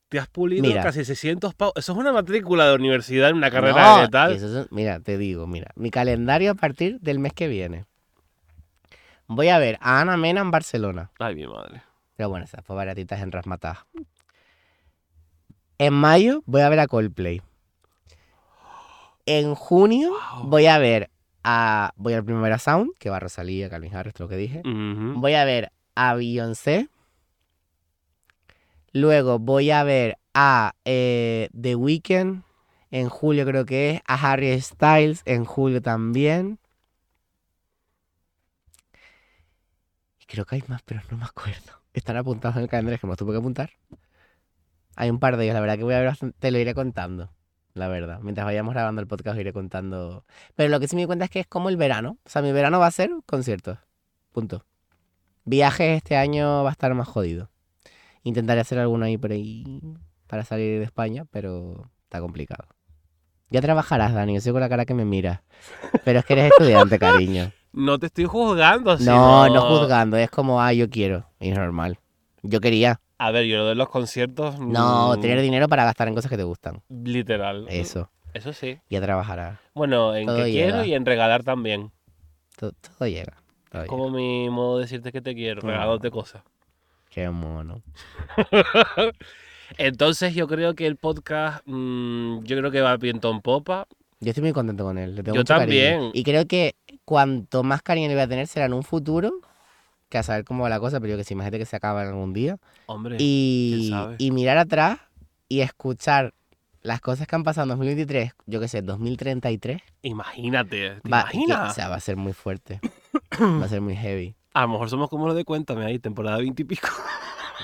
te has pulido
Mira.
casi 600 pavos. Eso es una matrícula de universidad en una carrera
No,
de tal.
y eso es- mira, te digo, mira, mi calendario a partir del mes que viene. Voy a ver a Ana Mena en Barcelona.
Ay, mi madre.
Pero bueno, esas fue baratitas en Rasmataj. En mayo voy a ver a Coldplay. En junio
Wow.
voy a ver a. Voy al Primavera Sound, que va Rosalía, Calvin Harris, lo que dije.
Ujú.
Voy a ver a Beyoncé. Luego voy a ver a eh, The Weeknd. En julio creo que es. A Harry Styles. En julio también. Y creo que hay más, pero no me acuerdo. Están apuntados en el calendario, es que me los tuve que apuntar. Hay un par de ellos, la verdad que voy a ver bastante- Te lo iré contando. La verdad. Mientras vayamos grabando el podcast, iré contando. Pero lo que sí me di cuenta es que es como el verano. O sea, mi verano va a ser conciertos. Punto. Viajes este año va a estar más jodido. Intentaré hacer alguno ahí por ahí para salir de España, pero está complicado. Ya trabajarás, Dani, yo sé con la cara que me miras. Pero es que eres estudiante, cariño.
No te estoy juzgando,
No,
sino-
no juzgando, es como, ah, yo quiero. Y es normal. Yo quería.
A ver, yo lo de los conciertos.
No,
mm,
tener dinero para gastar en cosas que te gustan.
Literal.
Eso,
Eso sí.
ya trabajarás.
Bueno, en
Todo
que quiero
llega.
y en regalar también.
To- Todo, llega. todo
Es como mi modo de decirte que te quiero,
Ah.
regalándote cosas.
llega. Qué mono.
Entonces yo creo que el podcast, mm, yo creo que va viento en popa.
Yo estoy muy contento con él. Le tengo
Yo
mucho cariño.
también.
Y creo que cuanto más cariño le voy a tener será en un futuro, que a saber cómo va la cosa, pero yo que sí, imagínate que se acaba en algún día.
Hombre, quién
Y,
sabe.
y mirar atrás y escuchar las cosas que han pasado en 2023, yo qué sé, 2033,
imagínate. ¿Te
va, que-
imaginas?
o sea, va a ser muy fuerte. va a ser muy heavy.
A lo mejor somos como los de Cuéntame ahí, temporada 20 y pico.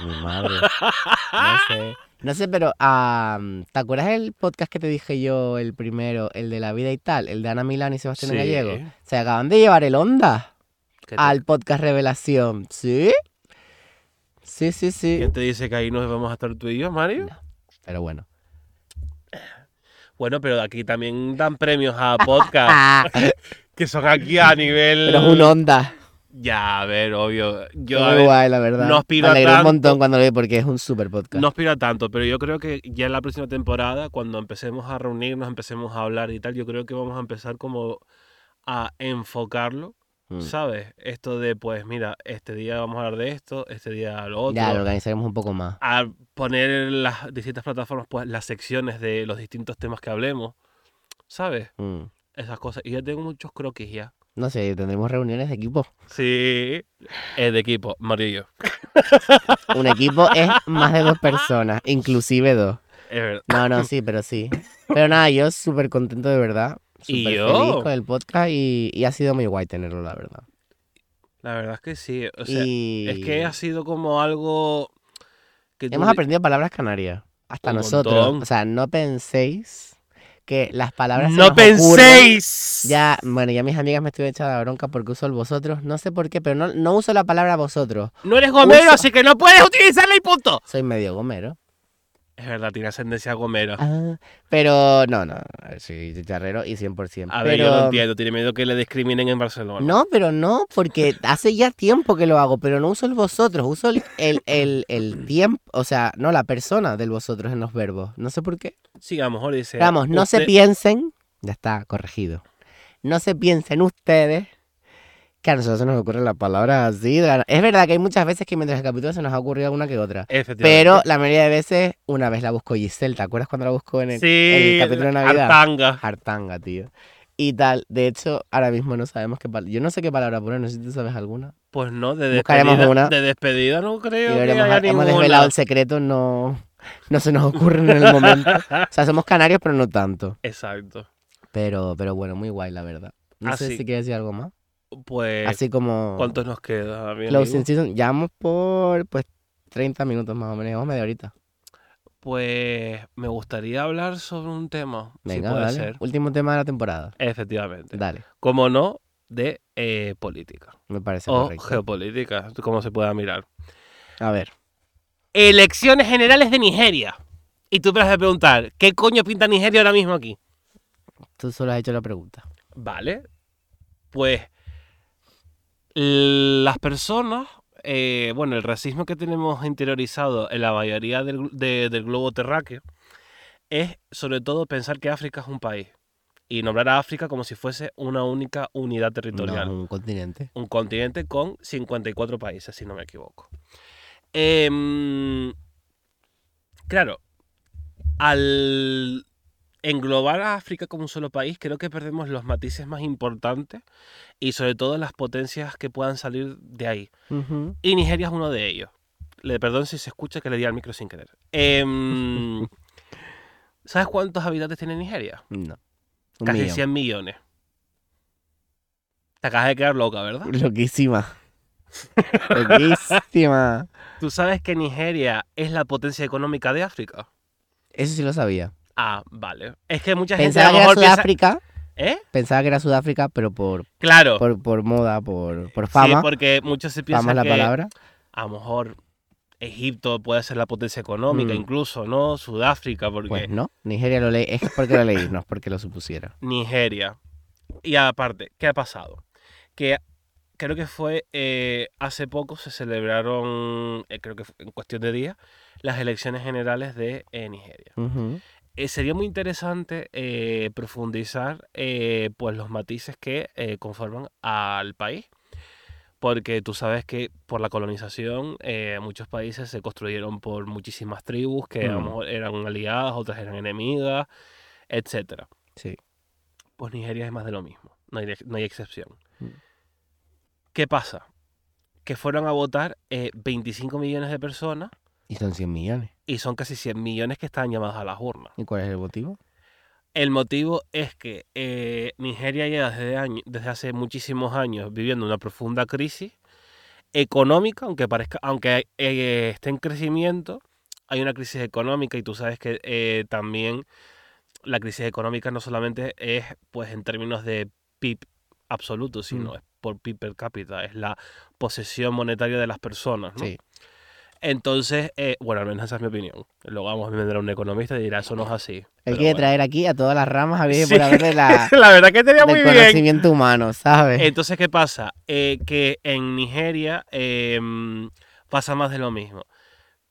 Mi madre. No sé. No sé, pero ah, ¿te acuerdas el podcast que te dije yo, el primero, el de la vida y tal, el de Ana Milán y Sebastián
Sí.
Este Gallego? Se acaban de llevar el onda.
¿Qué te-
al podcast Revelación. ¿Sí? Sí, sí, sí.
¿Quién te dice que ahí nos vamos a estar tú y yo, Mario?
Pero bueno.
Bueno, pero aquí también dan premios a podcast que son aquí a nivel.
Ah, Pero es un onda.
Ya, a ver, obvio. Yo a
Muy
ver,
guay, la verdad.
no
Me
aspiro a
alegré un
tanto.
montón cuando lo vi porque es un super podcast.
no aspiro a tanto, pero yo creo que ya en la próxima temporada, cuando empecemos a reunirnos, empecemos a hablar y tal, yo creo que vamos a empezar como a enfocarlo,
Mm.
¿sabes? Esto de, pues mira, este día vamos a hablar de esto, este día lo otro.
Ya, lo organizaremos un poco más.
a poner en las distintas plataformas pues las secciones de los distintos temas que hablemos, ¿sabes?
Mm.
Esas cosas. Y ya tengo muchos croquis ya.
No sé, tendremos reuniones de equipo.
Sí. Es de equipo, amarillo.
Un equipo es más de dos personas, inclusive dos.
Es verdad.
No, no, sí, pero sí. Pero nada, yo súper contento de verdad.
Y
Súper
yo.
feliz con el podcast y, y ha sido muy guay tenerlo, la verdad.
La verdad es que sí. O sea,
y
es que ha sido como algo que tú
hemos
di-
aprendido palabras canarias. Hasta
Un
nosotros.
montón.
O sea, no penséis que las palabras. se nos
¡No
ocurren.
penséis!
Ya, bueno, ya mis amigas me estuvieron echando la bronca porque uso el vosotros. No sé por qué, pero no, no uso la palabra vosotros.
No eres gomero,
Usa-
así que no puedes utilizarla y punto.
Soy medio gomero.
Es verdad, tiene ascendencia gomera.
Ah, pero no, no, soy chicharrero y 100%.
A
Ah, pero,
ver, yo lo entiendo, tiene miedo que le discriminen en Barcelona.
No, pero no, porque hace ya tiempo que lo hago, pero no uso el vosotros, uso el, el, el, el tiempo, o sea, no, la persona del vosotros en los verbos. No sé por qué.
Sigamos, Ori, dice.
Vamos, no se
Este, usted-
piensen, ya está corregido. No se piensen ustedes que a nosotros se nos ocurren las palabras así. de la- Es verdad que hay muchas veces que mientras el capítulo se nos ha ocurrido una que otra.
Efectivamente.
Pero la mayoría de veces, una vez la busco Giselle, ¿te acuerdas cuando la busco en el,
Sí,
el capítulo de Navidad?
Artanga.
Hartanga, tío. Y tal, de hecho, ahora mismo no sabemos qué palabra. Yo no sé qué palabra poner, no sé si tú sabes alguna.
Pues no, de
Buscaremos
despedida,
una.
de despedida no
Y
creo
lo
que
veremos,
haya
ahora. hemos
ninguna.
desvelado el secreto, no, no se nos ocurre en el momento. O sea, somos canarios, pero no tanto.
Exacto.
Pero, pero bueno, muy guay, la verdad. No sé
Así-
si quieres decir algo más.
Pues,
Así como
¿cuántos nos queda, mi
Closing
amigo?
Season, ya vamos por pues 30 minutos más o menos, llevamos media horita.
Pues me gustaría hablar sobre un tema,
Venga,
si puede
dale.
ser.
Último tema de la temporada.
Efectivamente.
Dale,
Como no, de eh, política
me parece
o
correcto.
geopolítica, como se pueda mirar.
A ver,
Elecciones generales de Nigeria. Y tú me vas a preguntar, ¿qué coño pinta Nigeria ahora mismo aquí?
tú solo has hecho la pregunta.
Vale. Pues las personas, eh, bueno, el racismo que tenemos interiorizado en la mayoría del, glo- de- del globo terráqueo es sobre todo pensar que África es un país y nombrar a África como si fuese una única unidad territorial.
No, un continente.
Un continente con 54 países, si no me equivoco. Em, claro, al englobar a África como un solo país, creo que perdemos los matices más importantes y sobre todo las potencias que puedan salir de ahí.
Ujú.
Y Nigeria es uno de ellos. Le, perdón si se escucha que le di al micro sin querer. Em, ¿Sabes cuántos habitantes tiene Nigeria?
No. Un
Casi
millón.
100 millones. Te acabas de quedar loca, ¿verdad?
Loquísima. Loquísima.
¿Tú sabes que Nigeria es la potencia económica de África?
Eso sí lo sabía.
Ah, vale. Es que mucha gente a
Pensaba
lo
que era
mejor piensa...
Sudáfrica.
¿Eh?
Pensaba que era Sudáfrica, pero por,
Claro.
por, por moda, por, por
Oh. sí,
fama.
porque muchos se
fama
piensan
es la
que
palabra.
a lo mejor Egipto puede ser la potencia económica,
Mm.
incluso, ¿no? Sudáfrica, porque
Pues no. Nigeria lo leí. Es porque lo leí, no es porque lo supusiera.
Nigeria. Y aparte, ¿qué ha pasado? Que creo que fue eh, hace poco se celebraron, eh, creo que fue en cuestión de días, las elecciones generales de eh, Nigeria.
Ujú.
eh, sería muy interesante eh, profundizar eh, pues los matices que eh, conforman al país. Porque tú sabes que por la colonización eh, muchos países se construyeron por muchísimas tribus que a lo
Mm.
mejor eran aliadas, otras eran enemigas, etc.
Sí.
Pues Nigeria es más de lo mismo, no hay, de- no hay excepción.
Mm.
¿Qué pasa? Que fueron a votar eh, 25 millones de personas
Y son 100 millones.
y son casi 100 millones que están llamadas a las urnas.
¿Y cuál es el motivo?
El motivo es que eh, Nigeria lleva desde, año- desde hace muchísimos años viviendo una profunda crisis económica, aunque parezca, aunque eh, esté en crecimiento, hay una crisis económica y tú sabes que eh, también la crisis económica no solamente es pues en términos de PIB absoluto, sino
Mm.
es por PIB per cápita, es la posesión monetaria de las personas, ¿no?
Sí.
Entonces, eh, bueno, al menos esa es mi opinión. Luego vamos a vendrá un economista y dirá, eso no es así.
Él
Pero
quiere
bueno.
traer aquí a todas las ramas a ver
Sí.
por haber de la,
La verdad que tenía muy
del
bien.
conocimiento humano, ¿sabes?
Entonces, ¿qué pasa? Eh, que en Nigeria eh, mm, pasa más de lo mismo.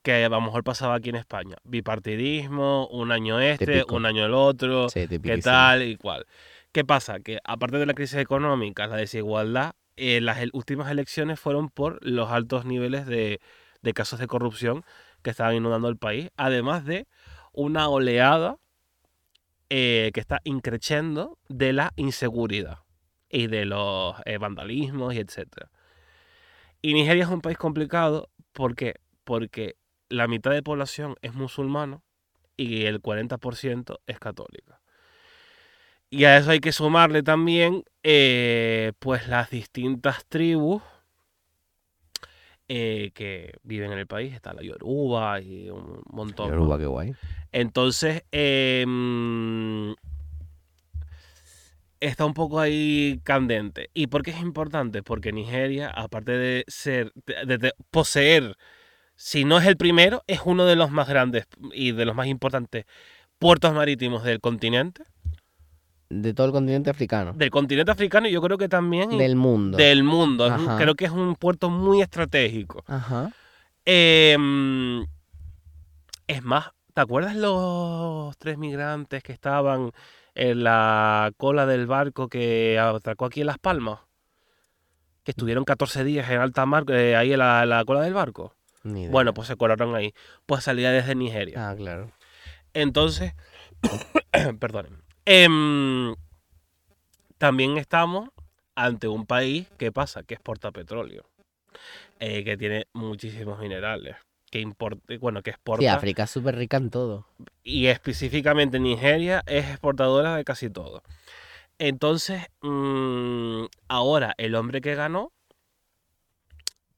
Que a lo mejor pasaba aquí en España. Bipartidismo, un año este,
Típico.
un año el otro,
sí,
qué
tipiquísimo.
tal y cual. ¿Qué pasa? Que aparte de la crisis económica, la desigualdad, eh, las el- últimas elecciones fueron por los altos niveles de, de casos de corrupción que estaban inundando el país, además de una oleada eh, que está increciendo de la inseguridad y de los eh, vandalismos y etcétera. Y Nigeria es un país complicado, ¿por qué? Porque la mitad de población es musulmana y el 40% es católica. Y a eso hay que sumarle también eh, pues las distintas tribus eh, que viven en el país. Está la Yoruba y un montón. más.
Yoruba, qué guay.
Entonces, eh, mm, está un poco ahí candente. ¿Y por qué es importante? Porque Nigeria, aparte de ser, de, de poseer, si no es el primero, es uno de los más grandes y de los más importantes puertos marítimos del continente,
De todo el continente africano.
del continente africano y yo creo que también
Del mundo.
del mundo. Es un-
Ajá.
creo que es un puerto muy estratégico.
Ajá.
Em, es más, ¿te acuerdas los tres migrantes que estaban en la cola del barco que atracó aquí en Las Palmas?
Mm.
Que estuvieron 14 días en alta mar, eh, ahí en la, la cola del barco.
Ni idea.
Bueno, pues se colaron ahí. Pues salía desde Nigeria.
Ah, claro.
Entonces, perdonen. Em, también estamos ante un país que pasa, que exporta petróleo, eh, que tiene muchísimos minerales, que importa, bueno, que exporta
Sí, África es súper rica en todo.
y específicamente Nigeria es exportadora de casi todo. Entonces, mm, ahora el hombre que ganó,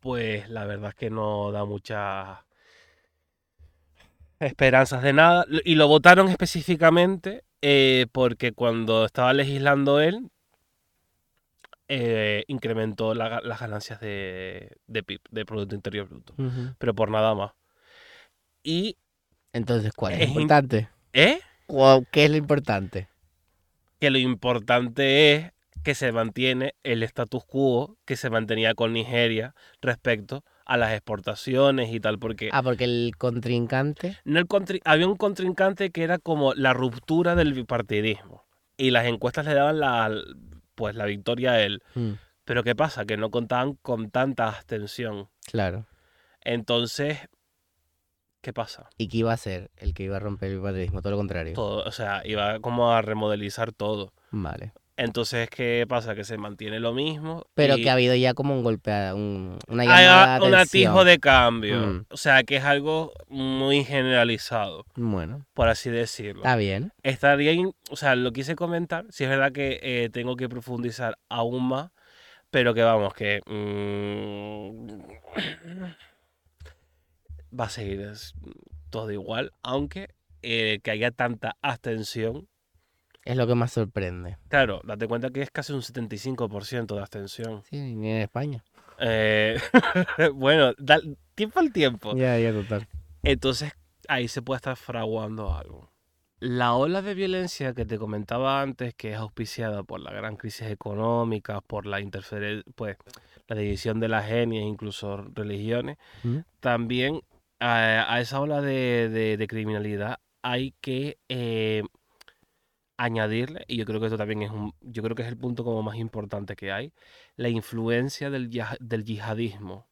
pues la verdad es que no da muchas esperanzas de nada. Lo- Y lo votaron específicamente eh, porque cuando estaba legislando él, eh, incrementó la ga- las ganancias de, de PIB, de Producto Interior Bruto,
Ujú.
pero por nada más. Y,
Entonces, ¿cuál es lo
Es in-
importante?
¿eh?
Guau, ¿Qué es lo importante?
que lo importante es que se mantiene el status quo que se mantenía con Nigeria respecto a las exportaciones y tal, porque
Ah, porque el contrincante.
no el contri- había un contrincante que era como la ruptura del bipartidismo y las encuestas le daban la, pues, la victoria a él.
Mm,
Pero ¿qué pasa? Que no contaban con tanta abstención.
claro.
Entonces, ¿qué pasa?
¿Y qué iba a ser el que iba a romper el bipartidismo? Todo lo contrario.
Todo, o sea, iba como a remodelizar todo.
Vale.
Entonces, ¿qué pasa? Que se mantiene lo mismo.
Pero
y-
que ha habido ya como un golpe, a- un, una llamada
Hay
de
un atisbo
atención.
de cambio.
Mm.
O sea, que es algo muy generalizado,
Bueno,
por así decirlo.
está bien.
Estaría, in- o sea, lo quise comentar, si es verdad que eh, tengo que profundizar aún más, pero que vamos, que... mm, va a seguir es- todo igual, aunque eh, que haya tanta abstención.
Es lo que más sorprende.
Claro, date cuenta que es casi un 75% de abstención.
Sí, ni en España.
Eh, bueno, da- tiempo al tiempo.
Ya, ya, total.
Entonces ahí se puede estar fraguando algo. La ola de violencia que te comentaba antes, que es auspiciada por la gran crisis económica, por la interferen- pues la división de las etnias, incluso religiones,
Mm.
también a, a esa ola de, de- de criminalidad hay que eh, añadirle, y yo creo que esto también es un, yo creo que es el punto como más importante que hay, la influencia del, yaj- del yihadismo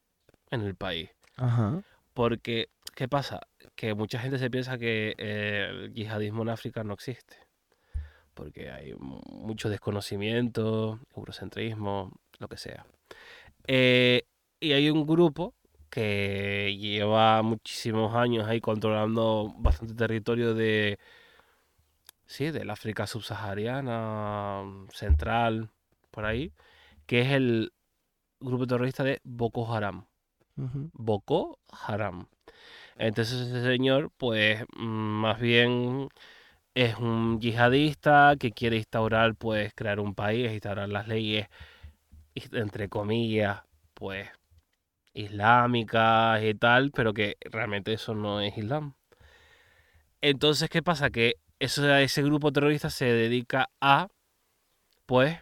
en el país.
Ajá.
Porque, ¿qué pasa? Que mucha gente se piensa que eh, el yihadismo en África no existe. Porque hay mu- mucho desconocimiento, eurocentrismo, lo que sea. Eh, y hay un grupo que lleva muchísimos años ahí controlando bastante territorio de. Sí, del África subsahariana, mm, central, por ahí, que es el grupo terrorista de Boko Haram.
Ujú.
Boko Haram. Entonces ese señor, pues mm, más bien es un yihadista que quiere instaurar, pues crear un país, instaurar las leyes, is- entre comillas, pues islámicas y tal, pero que realmente eso no es islam. Entonces, ¿qué pasa? Que eso, ese grupo terrorista se dedica a, pues,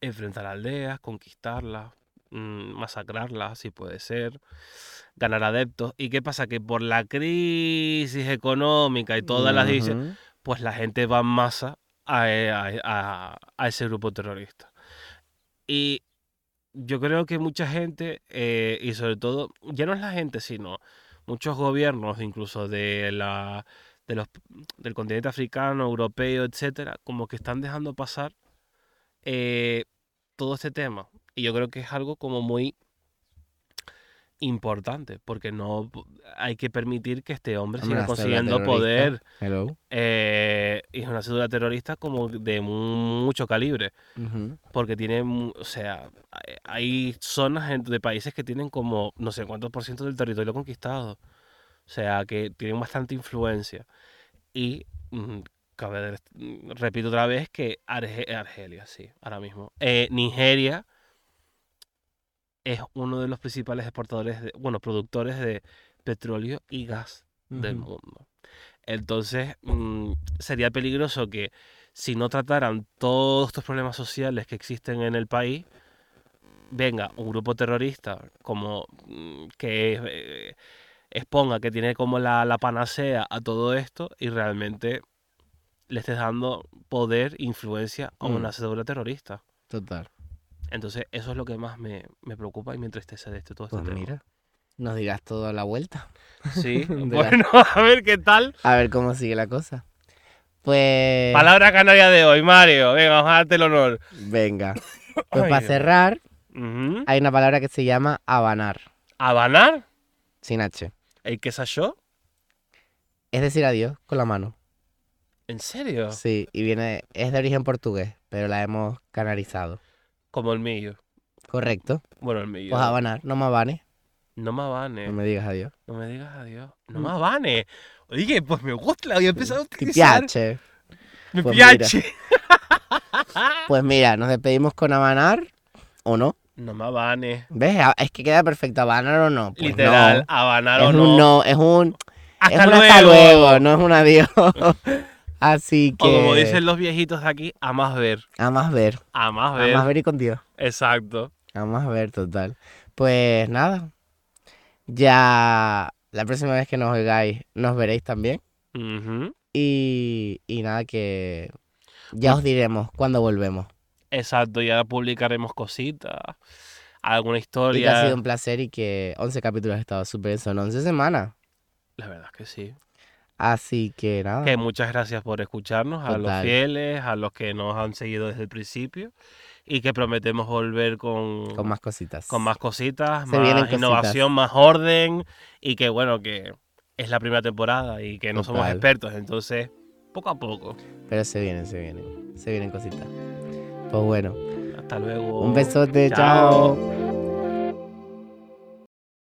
enfrentar aldeas, conquistarlas, mm, masacrarlas, si puede ser, ganar adeptos. ¿Y qué pasa? Que por la crisis económica y todas las divisiones,
Ujú.
pues la gente va en masa a, eh, a- a- a ese grupo terrorista. Y yo creo que mucha gente, eh, y sobre todo, ya no es la gente, sino muchos gobiernos, incluso de la, de los, del continente africano, europeo, etcétera, como que están dejando pasar eh, todo este tema. Y yo creo que es algo como muy importante, porque no hay que permitir que este hombre
Hombre,
siga
una célula
consiguiendo
terrorista.
poder
Hello.
eh, y es una célula terrorista como de mu- mucho calibre,
Ujú.
porque tiene, mu- o sea, eh, hay zonas en- de países que tienen como no sé cuántos por ciento del territorio conquistado. O sea, que tienen bastante influencia. Y mm, cabe de- mm, repito otra vez que Arge- Argelia, sí, ahora mismo. Eh, Nigeria es uno de los principales exportadores, de, bueno, productores de petróleo y gas del
Ujú.
mundo. Entonces, mm, sería peligroso que si no trataran todos estos problemas sociales que existen en el país, venga un grupo terrorista como mm, que eh, exponga que tiene como la, la panacea a todo esto y realmente le estés dando poder, influencia a una
Mm.
célula terrorista.
Total.
Entonces, eso es lo que más me, me preocupa y me entristece de este, todo este
Pues
tema.
mira, nos dirás todo a la vuelta.
Sí,
De la-
bueno, a ver qué tal.
A ver cómo sigue la cosa. Pues.
Palabra canaria de hoy, Mario. Venga, vamos a darte el honor.
Venga. Pues
Ay,
para
Dios.
cerrar,
Ujú.
hay una palabra que se llama abanar,
Habanar,
sin H.
el que yo
Es decir, adiós con la mano.
¿En serio?
Sí, y viene. Es de origen portugués, pero la hemos canalizado.
Como el mío.
Correcto.
Bueno, el mío.
Pues abanar, no me abanes,
No me
no
abane.
me digas adiós.
No me digas adiós. No
Mm.
me abane. Oye, pues me gusta, la voy a empezar a
Ti
utilizar.
piace.
Me
Pues mira.
piache.
Pues mira, nos despedimos con abanar o no.
No me abane.
¿Ves? A- Es que queda perfecto abanar o no. Pues
Literal,
no.
abanar
es
o
un
no.
no, es un
Hasta,
es un
luego.
hasta luego, no es un adiós. Así que
O como dicen los viejitos de aquí, a más ver.
a más ver,
A más
a
ver.
más ver y con Dios.
Exacto.
A más ver, total. Pues nada. Ya la próxima vez que nos oigáis, nos veréis también.
Ujú.
Y, y nada, que ya os diremos cuando volvemos.
Exacto, ya publicaremos cositas. Alguna
Y que ha
historia.
sido un placer y que 11 capítulos ha estado súper bien. Son 11 semanas.
La verdad es que sí.
Así que nada.
Que muchas gracias por escucharnos, a los
Ah. Total.
fieles, a los que nos han seguido desde el principio y que prometemos volver con,
Con más cositas.
con más cositas,
Se vienen
más
cositas.
innovación, más orden y que bueno, que es la primera temporada y que no somos
Total.
expertos, entonces poco a poco.
Pero se vienen, se vienen. Se vienen cositas. Pues bueno.
Hasta luego.
Un besote.
Oh. Chao.
chao.